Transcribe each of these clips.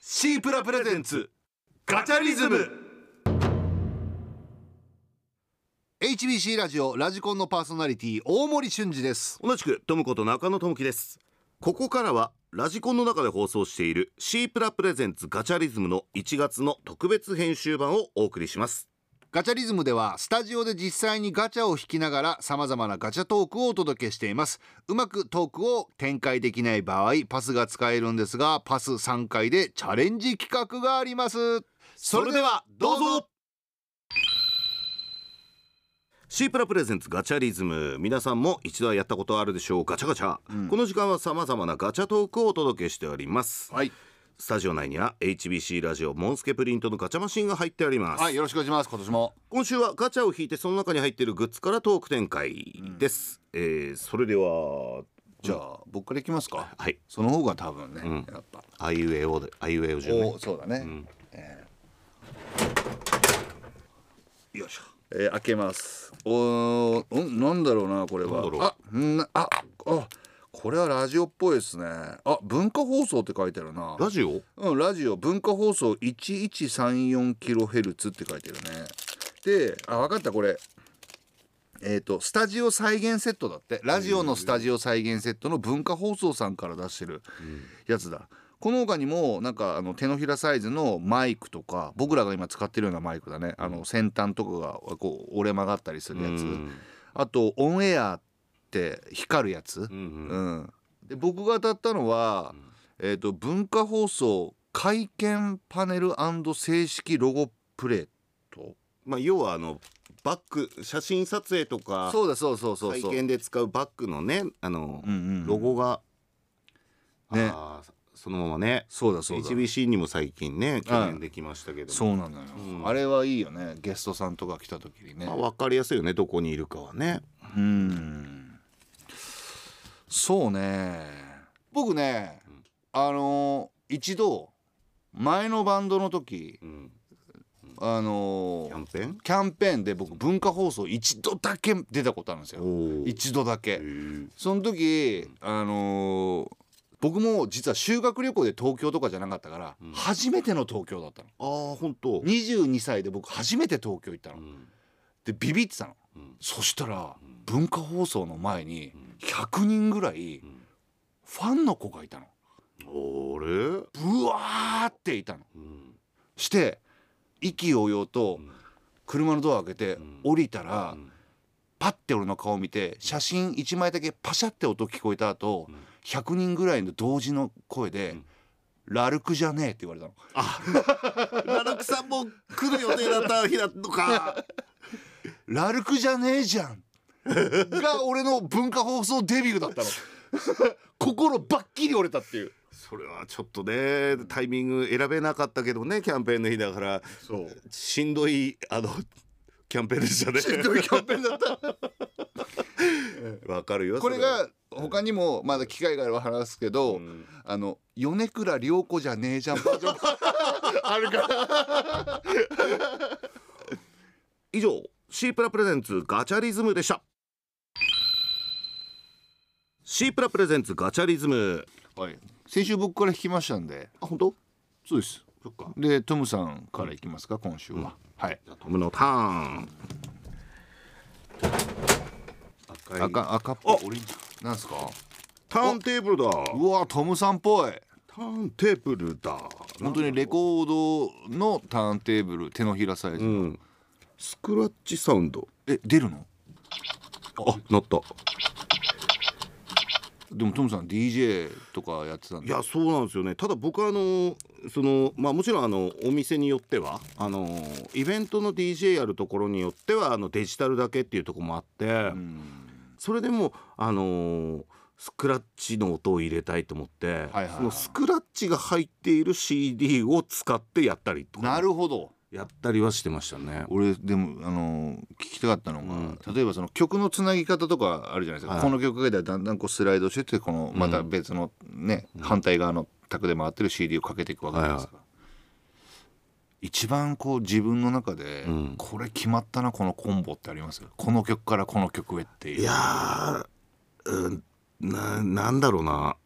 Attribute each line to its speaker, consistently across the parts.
Speaker 1: シープラプレゼンツガチャリズム
Speaker 2: HBC ラジオラジコンのパーソナリティ大森俊二です
Speaker 1: 同じくトムこと中野智樹ですここからはラジコンの中で放送しているシープラプレゼンツガチャリズムの1月の特別編集版をお送りします
Speaker 2: ガチャリズムではスタジオで実際にガチャを引きながら様々なガチャトークをお届けしていますうまくトークを展開できない場合パスが使えるんですがパス3回でチャレンジ企画がありますそれではどうぞ
Speaker 1: シープラプレゼンツガチャリズム皆さんも一度はやったことあるでしょうガチャガチャ、この時間はさまざまなガチャトークをお届けしております
Speaker 2: はい、
Speaker 1: スタジオ内には HBC ラジオモンスケプリントのガチャマシンが入ってあります、
Speaker 2: はい、よろしくお願いします今年も
Speaker 1: 今週はガチャを引いてその中に入っているグッズからトーク展開です、えーそれでは
Speaker 2: じゃあ、僕からいきますか
Speaker 1: はい
Speaker 2: その方が多分ね、やっぱ
Speaker 1: あいうえおであいうえおじゃない
Speaker 2: おそうだね、
Speaker 1: よいしょ
Speaker 2: えー開けますおーんなんだろうなこれは
Speaker 1: なんだろう
Speaker 2: あんなああこれはラジオっぽいですねあ文化放送って書いてあるな
Speaker 1: ラジオ
Speaker 2: うん、ラジオ文化放送 1134kHz って書いてるねであ分かったこれえっ、とスタジオ再現セットだってラジオのスタジオ再現セットの文化放送さんから出してるやつだ、この他にもなんかあの手のひらサイズのマイクとか僕らが今使ってるようなマイクだねあの先端とかがこう折れ曲がったりするやつ、
Speaker 1: うん
Speaker 2: あとオンエアって光るやつ、
Speaker 1: うんうん
Speaker 2: うん、で僕が当たったのは、えー、と文化放送会見パネル正式ロゴプレート
Speaker 1: まあ要はあのバック写真撮影とか
Speaker 2: そうだそうそうそう
Speaker 1: 体
Speaker 2: そう、
Speaker 1: 験で使うバックのねあの、
Speaker 2: うんうん、
Speaker 1: ロゴが、
Speaker 2: ね
Speaker 1: あーそのままね
Speaker 2: そうだそうだ
Speaker 1: HBC にも最近ね去年できましたけど
Speaker 2: そうなのよ、
Speaker 1: うん
Speaker 2: あれはいいよねゲストさんとか来た時にね
Speaker 1: まあ、分かりやすいよねどこにいるかはね
Speaker 2: うんそうね僕ね、あのー一度前のバンドの時
Speaker 1: うん
Speaker 2: あのー
Speaker 1: キャンペーン
Speaker 2: キャンペーンで僕文化放送一度だけ出たことあるんですよ
Speaker 1: おー
Speaker 2: 一度だ
Speaker 1: へ
Speaker 2: け
Speaker 1: ー
Speaker 2: その時あのー僕も実は修学旅行で東京とかじゃなかったから、
Speaker 1: うん
Speaker 2: 初めての東京だったの
Speaker 1: あー本当
Speaker 2: 22歳で僕初めて東京行ったの、
Speaker 1: ん
Speaker 2: でビビってたの
Speaker 1: うん
Speaker 2: そしたら文化放送の前に100人ぐらいファンの子がいたの
Speaker 1: あれ
Speaker 2: ブワーっていたの
Speaker 1: うん
Speaker 2: して意気揚々と車のドア開けて
Speaker 1: ん
Speaker 2: 降りたら、
Speaker 1: ん
Speaker 2: パッて俺の顔見て写真1枚だけパシャって音聞こえた後、100人ぐらいの同時の声で「ラルクじゃねえ」って言われたの。
Speaker 1: ラルクさんも来る予定だった日だと か
Speaker 2: ラルクじゃねえじゃ んが俺の文化放送デビューだ ったの心ばっきり折れたっていう
Speaker 1: それはちょっとねタイミング選べなかったけどねキャンペーンの日だから
Speaker 2: そう
Speaker 1: しんどいあのキャンペーンでしたね
Speaker 2: しんどいキャンペーンだった
Speaker 1: わかる よ
Speaker 2: これが他にもまだ機会があれば話すけど、
Speaker 1: ん
Speaker 2: あの米倉涼子じゃねえじゃんバージョンあるから
Speaker 1: 以上シープラプレゼンツガチャリズムでしたシープラプレゼンツガチャリズム
Speaker 2: はい先週僕から引きましたんで
Speaker 1: あ本当
Speaker 2: そうです
Speaker 1: そっか
Speaker 2: でトムさんからいきますか今週は、はい
Speaker 1: じゃあトムのターン赤い
Speaker 2: 赤赤っぽいオレンジなんすか
Speaker 1: ターンテーブルだ
Speaker 2: うわトムさんっぽい
Speaker 1: ターンテーブルだ
Speaker 2: 本当にレコードのターンテーブル手のひらサイズ、
Speaker 1: うんスクラッチサウンド
Speaker 2: え出るの
Speaker 1: あなった
Speaker 2: でもトムさん DJ とかやってたん
Speaker 1: い
Speaker 2: で
Speaker 1: やそうなんですよねただ僕はあのそのまあもちろんあのお店によってはあのイベントの DJ やるところによってはあのデジタルだけっていうところもあって、それでもあのスクラッチの音を入れたいと思って、
Speaker 2: はいはい
Speaker 1: そのスクラッチが入っている CD を使ってやったりと
Speaker 2: な
Speaker 1: か
Speaker 2: るほど
Speaker 1: やったりはしてましたね。
Speaker 2: 俺でもあのー聞きたかったのが、例えばその曲のつなぎ方とかあるじゃないですか、この曲がではだんだんこうスライドしてってこのまた別のね、反対側の卓で回ってる CD をかけていくわけじゃないですか、一番こう自分の中で、
Speaker 1: ん
Speaker 2: これ決まったなこのコンボってありますこの曲からこの曲へっていう
Speaker 1: いやー、うん、ななんだろうな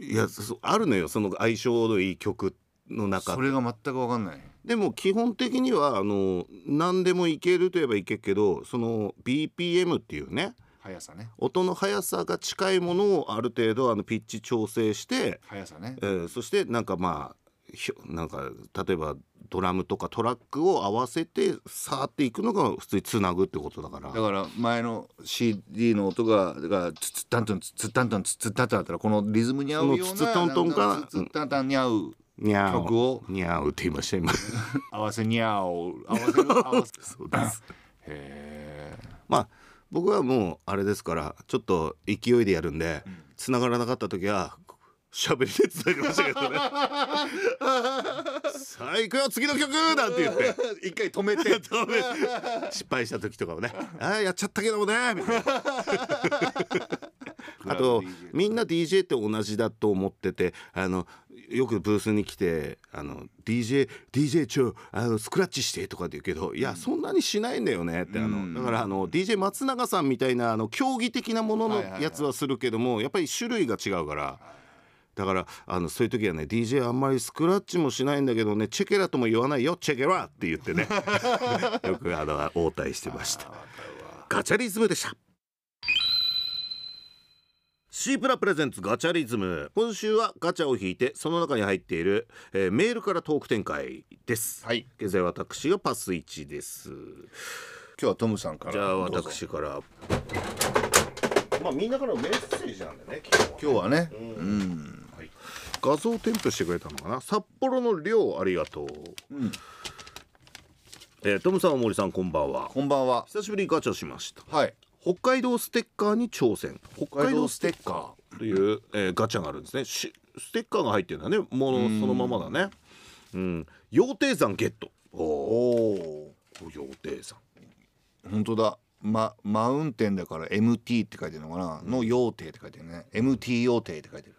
Speaker 1: いやそあるのよその相性のいい曲っの中
Speaker 2: それが全く分かんない
Speaker 1: でも基本的にはあの何でもいけるといえばいけるけどその BPM っていうね
Speaker 2: 速さね
Speaker 1: 音の速さが近いものをある程度あのピッチ調整して、
Speaker 2: 速さね
Speaker 1: えーそしてなんかまあひょなんか例えばドラムとかトラックを合わせてさーっていくのが普通につなぐってことだから
Speaker 2: だから前の CD の音がだからツッツッタントンツッツッタントンツッツッタントンだったらこのリズムに合うような
Speaker 1: そのツッツッタントンが
Speaker 2: なんかツッツッタンタンに合う
Speaker 1: にゃー
Speaker 2: 曲を
Speaker 1: にゃーって言いました今
Speaker 2: 合わせに合う合わせる合わせ
Speaker 1: そうです
Speaker 2: へ
Speaker 1: まあ僕はもうあれですからちょっと勢いでやるんで繋がらなかった時は喋りで繋ぎましたけどねさあ行くよ次の曲なんて言って
Speaker 2: え一回止めて
Speaker 1: ダメ失敗した時とかもね「ああやっちゃったけどもね」みたいな。あとみんな DJ って同じだと思っててあのよくブースに来て「あの DJ, DJ ちょあのスクラッチして」とかって言うけど「いやそんなにしないんだよね」ってあ
Speaker 2: う
Speaker 1: の
Speaker 2: ん
Speaker 1: だからあの DJ 松永さんみたいなあの競技的なものの
Speaker 2: はいはいはい
Speaker 1: やつはするけどもやっぱり種類が違うから。だからあのそういう時はね DJ あんまりスクラッチもしないんだけどねチェケラとも言わないよチェケラって言ってねよくあの応対してましたガチャリズムでしたシープラプレゼンツガチャリズム今週はガチャを引いてその中に入っている、えーメールからトーク展開です、
Speaker 2: はい
Speaker 1: 現在私がパス1です
Speaker 2: 今日はトムさんから
Speaker 1: じゃあ
Speaker 2: どうぞ
Speaker 1: 私からまあみんなからのメッセージなんだね
Speaker 2: 今日はね
Speaker 1: 画像添付してくれたのかな札幌の寮ありがとう、
Speaker 2: ん
Speaker 1: えートムさん大森さんこんばんは
Speaker 2: こんばんは
Speaker 1: 久しぶりにガチャしました
Speaker 2: はい
Speaker 1: 北海道ステッカーに挑戦北
Speaker 2: 北
Speaker 1: 海
Speaker 2: 海
Speaker 1: 道
Speaker 2: 道
Speaker 1: ス
Speaker 2: ス
Speaker 1: テ
Speaker 2: テ
Speaker 1: ッ
Speaker 2: ッカ
Speaker 1: カーという、えーガチャがあるんですねしステッカーが入ってるんだねものそのままだねうん羊蹄山ゲット
Speaker 2: ー
Speaker 1: おー
Speaker 2: おお
Speaker 1: 羊蹄山
Speaker 2: 本当だま、マウンテンだから MT って書いてるのかな、の羊蹄って書いてるね MT 羊蹄って書いてる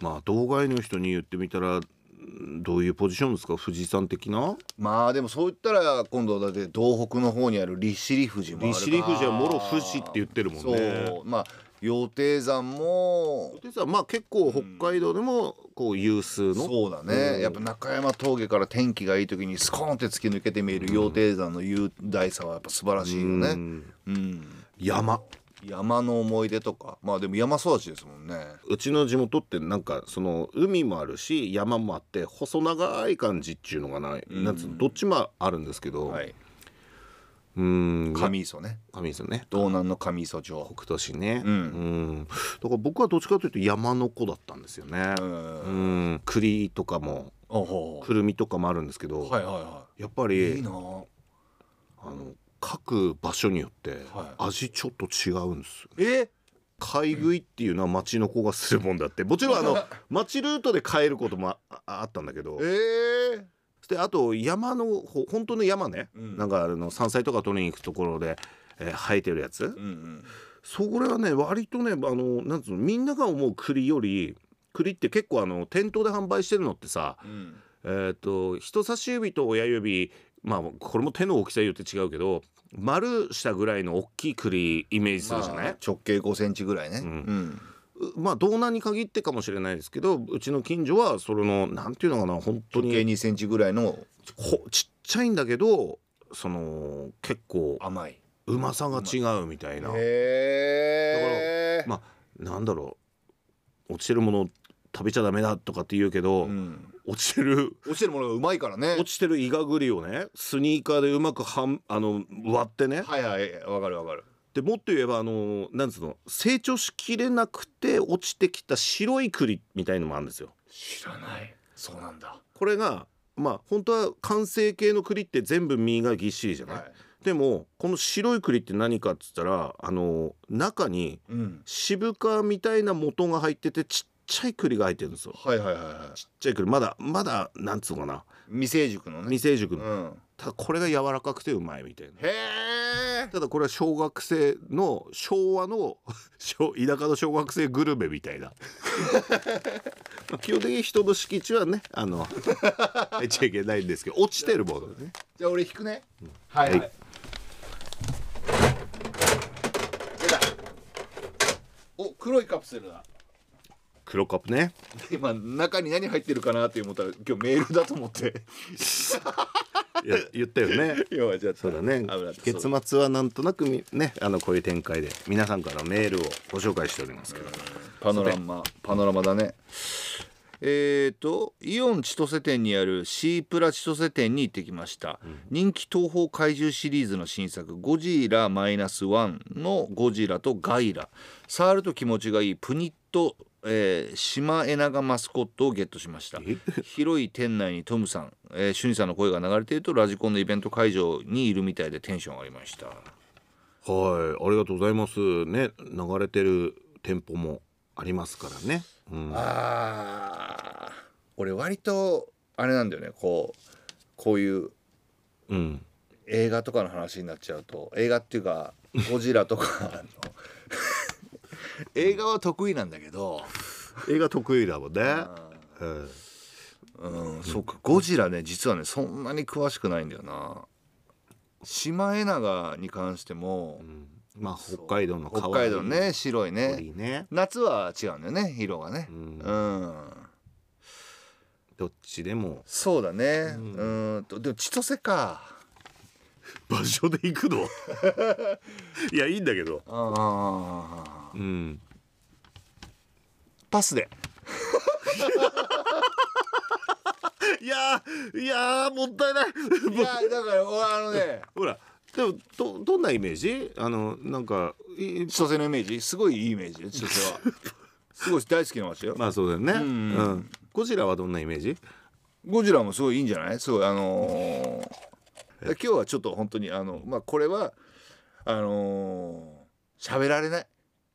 Speaker 1: まあ道外の人に言ってみたらうんどういうポジションですか富士山的な
Speaker 2: まあでもそう言ったら今度だって東北の方にある利尻富士もある
Speaker 1: 利
Speaker 2: から
Speaker 1: 尻富士はもろ富士って言ってるもんね
Speaker 2: そうまあ羊蹄山も
Speaker 1: でさまあ結構北海道でもこう有数の、
Speaker 2: そうだね、やっぱ中山峠から天気がいい時にスコーンって突き抜けて見える羊蹄山の雄大さはやっぱ素晴らしいよね、
Speaker 1: うん
Speaker 2: うん、
Speaker 1: 山
Speaker 2: 山の思い出とかまあでも山育ちですもんね
Speaker 1: うちの地元ってなんかその海もあるし山もあって細長い感じっていうのがない、なんつうのどっちもあるんですけど、
Speaker 2: はい
Speaker 1: うん
Speaker 2: 上磯ね
Speaker 1: 神ですよね
Speaker 2: 道南の上磯町
Speaker 1: 北斗市ね、
Speaker 2: うん
Speaker 1: んだから僕はどっちかというと山の子だったんですよね、
Speaker 2: う
Speaker 1: うんん、栗とかも
Speaker 2: おほ
Speaker 1: くるみとかもあるんですけど、
Speaker 2: はいはいは
Speaker 1: やっぱ
Speaker 2: いいい
Speaker 1: り
Speaker 2: なぁ
Speaker 1: あの各場所によって
Speaker 2: はい
Speaker 1: 味ちょっと違うんですよ
Speaker 2: え
Speaker 1: 買い食いっていうのは町の子がするもんだってもちろん あの町ルートで買えることもあああったんだけど
Speaker 2: えー、
Speaker 1: そしてあと山のほ本当の山ね、
Speaker 2: うん
Speaker 1: なんかあの山菜とか取りに行くところで、えー生えてるやつ、
Speaker 2: うんうん
Speaker 1: それはね割とねあのなんつうのみんなが思う栗より栗って結構あの店頭で販売してるのってさ、
Speaker 2: うん
Speaker 1: えー、と人差し指と親指まあこれも手の大きさによって違うけど丸したぐらいの大きい栗イメージするじゃない、
Speaker 2: まあ直径5センチぐらいね、うん
Speaker 1: んうまあ道南に限ってかもしれないですけどうちの近所はそれのなんていうのかな本当
Speaker 2: 直径
Speaker 1: に
Speaker 2: 2センチぐらいの
Speaker 1: こちっちゃいんだけどその結構
Speaker 2: 甘いう
Speaker 1: まさが違うみたいな、
Speaker 2: へえ
Speaker 1: まあなんだろう落ちてるもの食べちゃダメだとかって言うけど、
Speaker 2: うん、
Speaker 1: 落ちてる
Speaker 2: 落ちてるものがうまいからね
Speaker 1: 落ちてるイガグリをねスニーカーでうまくはんあの割ってね、
Speaker 2: はいはいわかるわかる
Speaker 1: でもっと言えばあのなんつうの成長しきれなくて落ちてきた白い栗みたいのもあるんですよ。
Speaker 2: 知らないそうなんだ
Speaker 1: これがまあ本当は完成形の栗って全部実がぎっしりじゃない、
Speaker 2: はい
Speaker 1: でもこの白い栗って何かっつったらあの中に
Speaker 2: うん
Speaker 1: 渋皮みたいな元が入っててちっちゃい栗が入ってるんですよ
Speaker 2: はいはいはいはい
Speaker 1: ちっちゃい栗まだまだなんつうのかな
Speaker 2: 未成熟のね
Speaker 1: 未成熟
Speaker 2: う
Speaker 1: の、
Speaker 2: ん
Speaker 1: ただこれが柔らかくてうまいみたいな
Speaker 2: へえ
Speaker 1: ただこれは小学生の昭和の 小田舎の小学生グルメみたいな まあ基本的に人の敷地はねあの入っちゃいけないんですけど落ちてるものね
Speaker 2: じゃあ俺引くね、はいはい、
Speaker 1: はい
Speaker 2: 出たお黒いカプセルだ
Speaker 1: 黒カップね
Speaker 2: 今中に何入ってるかなって思ったら今日メールだと思って
Speaker 1: いや言ったよね
Speaker 2: 今はじゃあ
Speaker 1: そうだね
Speaker 2: 危なかった
Speaker 1: 月末はなんとなくみねあのこういう展開で皆さんからメールをご紹介しておりますけど
Speaker 2: パノラマパノラマだねえー、とイオン千歳店にあるシープラ千歳店に行ってきました、人気東宝怪獣シリーズの新作「ゴジラマイナスワンの「ゴジラと「ガイラ」触ると気持ちがいいプニット、えーシマエナガマスコットをゲットしました
Speaker 1: え
Speaker 2: 広い店内にトムさん、えー、シュニさんの声が流れているとラジコンのイベント会場にいるみたいでテンション上がりました
Speaker 1: はいありがとうございますね流れてる店舗もありますからね、うん、
Speaker 2: あー俺割とあれなんだよねこうこういう
Speaker 1: うん
Speaker 2: 映画とかの話になっちゃうと映画っていうか「ゴジラ」とかあの 映画は得意なんだけど、
Speaker 1: 映画得意だもんね、うん
Speaker 2: うん、そうか「ゴジラね」実はねそんなに詳しくないんだよな。シマエナガに関しても
Speaker 1: まあ北海道の
Speaker 2: 北海道ね白い
Speaker 1: 可愛い
Speaker 2: ね
Speaker 1: ね
Speaker 2: 夏は違うんだよね色がね。
Speaker 1: うん
Speaker 2: うん
Speaker 1: どっちでも
Speaker 2: そうだね。うん、んとでも千歳か。
Speaker 1: 場所で行 くのいやいいんだけど
Speaker 2: ああ。
Speaker 1: うん
Speaker 2: パスで。
Speaker 1: いやーいやーもったいない
Speaker 2: いやだから俺あのね
Speaker 1: ほらでもどどんなイメージあのなんかい
Speaker 2: 千歳のイメージすごいいいイメージよ千 歳は。すごい大好きな街よ。
Speaker 1: まあそうだよねうんんゴジラはどんなイメージ
Speaker 2: ゴジラもすごいいいんじゃないすごいあのー今日はちょっと本当にあのまあこれはあのー喋られない。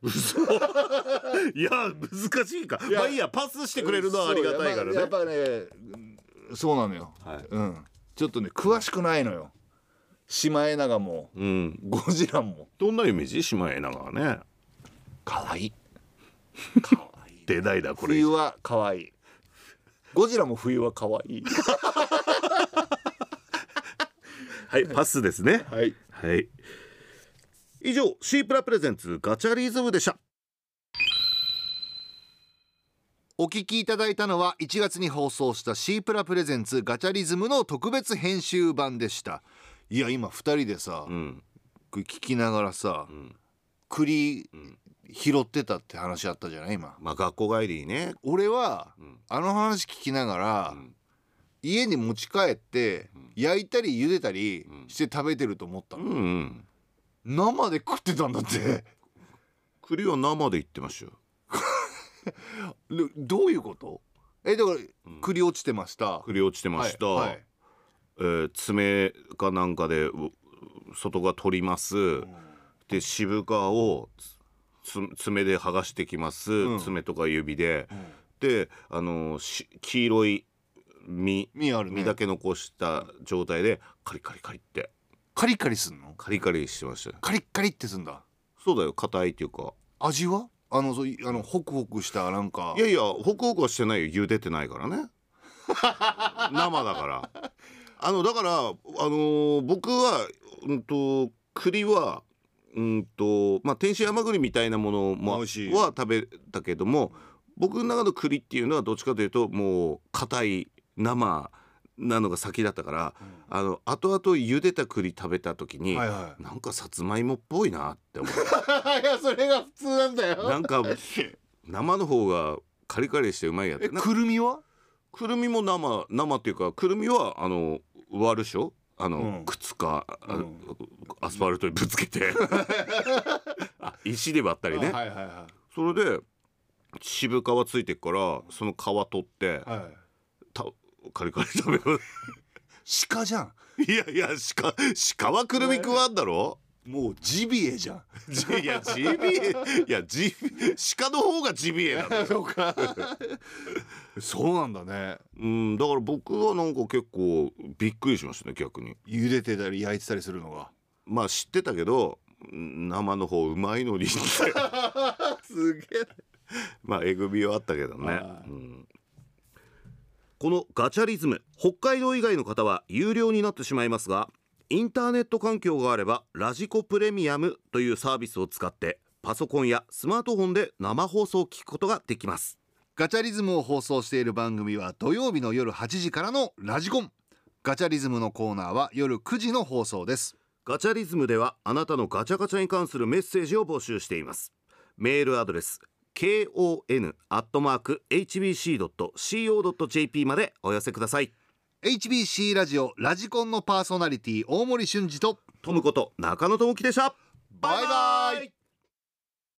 Speaker 1: いや難しいか
Speaker 2: や
Speaker 1: まあいいやパスしてくれるのはありがたいから
Speaker 2: そうやっ
Speaker 1: ね
Speaker 2: ぱやっぱねうんそうなのよ。
Speaker 1: はい
Speaker 2: うん。ちょっとね詳しくないのよ。シマエナガも
Speaker 1: うん
Speaker 2: ゴジラも
Speaker 1: どんなイメージシマエナガはね
Speaker 2: 可愛い。可愛い。
Speaker 1: 出ないだこれ
Speaker 2: 冬は可愛いゴジラも冬は可愛い
Speaker 1: はいパスですね
Speaker 2: はい
Speaker 1: はい。以上、シープラプレゼンツガチャリズムでした。
Speaker 2: お聞きいただいたのは1月に放送したシープラプレゼンツガチャリズムの特別編集版でしたいや今2人でさ、
Speaker 1: ん。
Speaker 2: これ聞きながらさ、
Speaker 1: ん
Speaker 2: 栗
Speaker 1: ん
Speaker 2: 拾ってたって話あったじゃない今
Speaker 1: まあ、学校帰りにね。
Speaker 2: 俺は、
Speaker 1: ん
Speaker 2: あの話聞きながら、
Speaker 1: ん
Speaker 2: 家に持ち帰って、焼いたり茹でたりして食べてると思ったの、
Speaker 1: うん、うん。
Speaker 2: 生で食ってたんだって
Speaker 1: 栗は生で言ってましたよ。
Speaker 2: でどういうことえだから栗落ちてました、
Speaker 1: 栗落ちてました。
Speaker 2: はいはい
Speaker 1: えー爪かなんかで、う外が取ります。で、渋皮をつ。爪で剥がしてきます、
Speaker 2: うん
Speaker 1: 爪とか指で、であのし黄色い身
Speaker 2: 身あるね
Speaker 1: 身だけ残した状態でカリカリカリって
Speaker 2: カリカリすんの
Speaker 1: カリカリしてましたよ
Speaker 2: カリッカリってすんだ
Speaker 1: そうだよ硬いっていうか
Speaker 2: 味はあのそういあのホクホクしたなんか
Speaker 1: いやいやホクホクはしてないよ茹でてないからね 生だからあのだからあのー僕はうんと栗はうんとまあ天津山栗みたいなものも
Speaker 2: 美
Speaker 1: は
Speaker 2: 味しい
Speaker 1: 食べたけども僕の中の栗っていうのはどっちかというともう硬い生なのが先だったから、あの後々茹でた栗食べた時に、
Speaker 2: はいは
Speaker 1: なんかさつまいもっぽいなって思う
Speaker 2: いいやそれが普通なんだよ
Speaker 1: なんか生の方がカリカリしてうまいや つ
Speaker 2: え
Speaker 1: な
Speaker 2: くるみは
Speaker 1: くるみも生生っていうかくるみはあの割るでしょあの、
Speaker 2: うん
Speaker 1: 靴か、あ
Speaker 2: うん
Speaker 1: アスファルトにぶつけ てあ石で割ったりね、
Speaker 2: はいはいは
Speaker 1: それで渋皮ついてっからその皮取って
Speaker 2: い、はい、
Speaker 1: たカリカリ食べる
Speaker 2: 鹿じゃん
Speaker 1: いやいや鹿鹿はくるみ食わんだろ
Speaker 2: もうジビエじゃん
Speaker 1: い やジビエいやジビ鹿の方がジビエな の
Speaker 2: そうか そうなんだね
Speaker 1: うんだから僕はなんか結構びっくりしましたね逆に
Speaker 2: 茹でてたり焼いてたりするのが
Speaker 1: まあ知ってたけどうん生の方うまいの にって
Speaker 2: すげえ
Speaker 1: まあえぐみはあったけどね
Speaker 2: は、い
Speaker 1: うんこのガチャリズム北海道以外の方は有料になってしまいますがインターネット環境があればラジコプレミアムというサービスを使ってパソコンやスマートフォンで生放送を聞くことができます
Speaker 2: ガチャリズムを放送している番組は土曜日の夜8時からのラジコンガチャリズムのコーナーは夜9時の放送です
Speaker 1: ガチャリズムではあなたのガチャガチャに関するメッセージを募集していますメールアドレス kon.hbc.co.jp までお寄せください
Speaker 2: HBC ラジオラジコンのパーソナリティ大森俊二と
Speaker 1: トムこと中野智樹でした
Speaker 2: バイバイ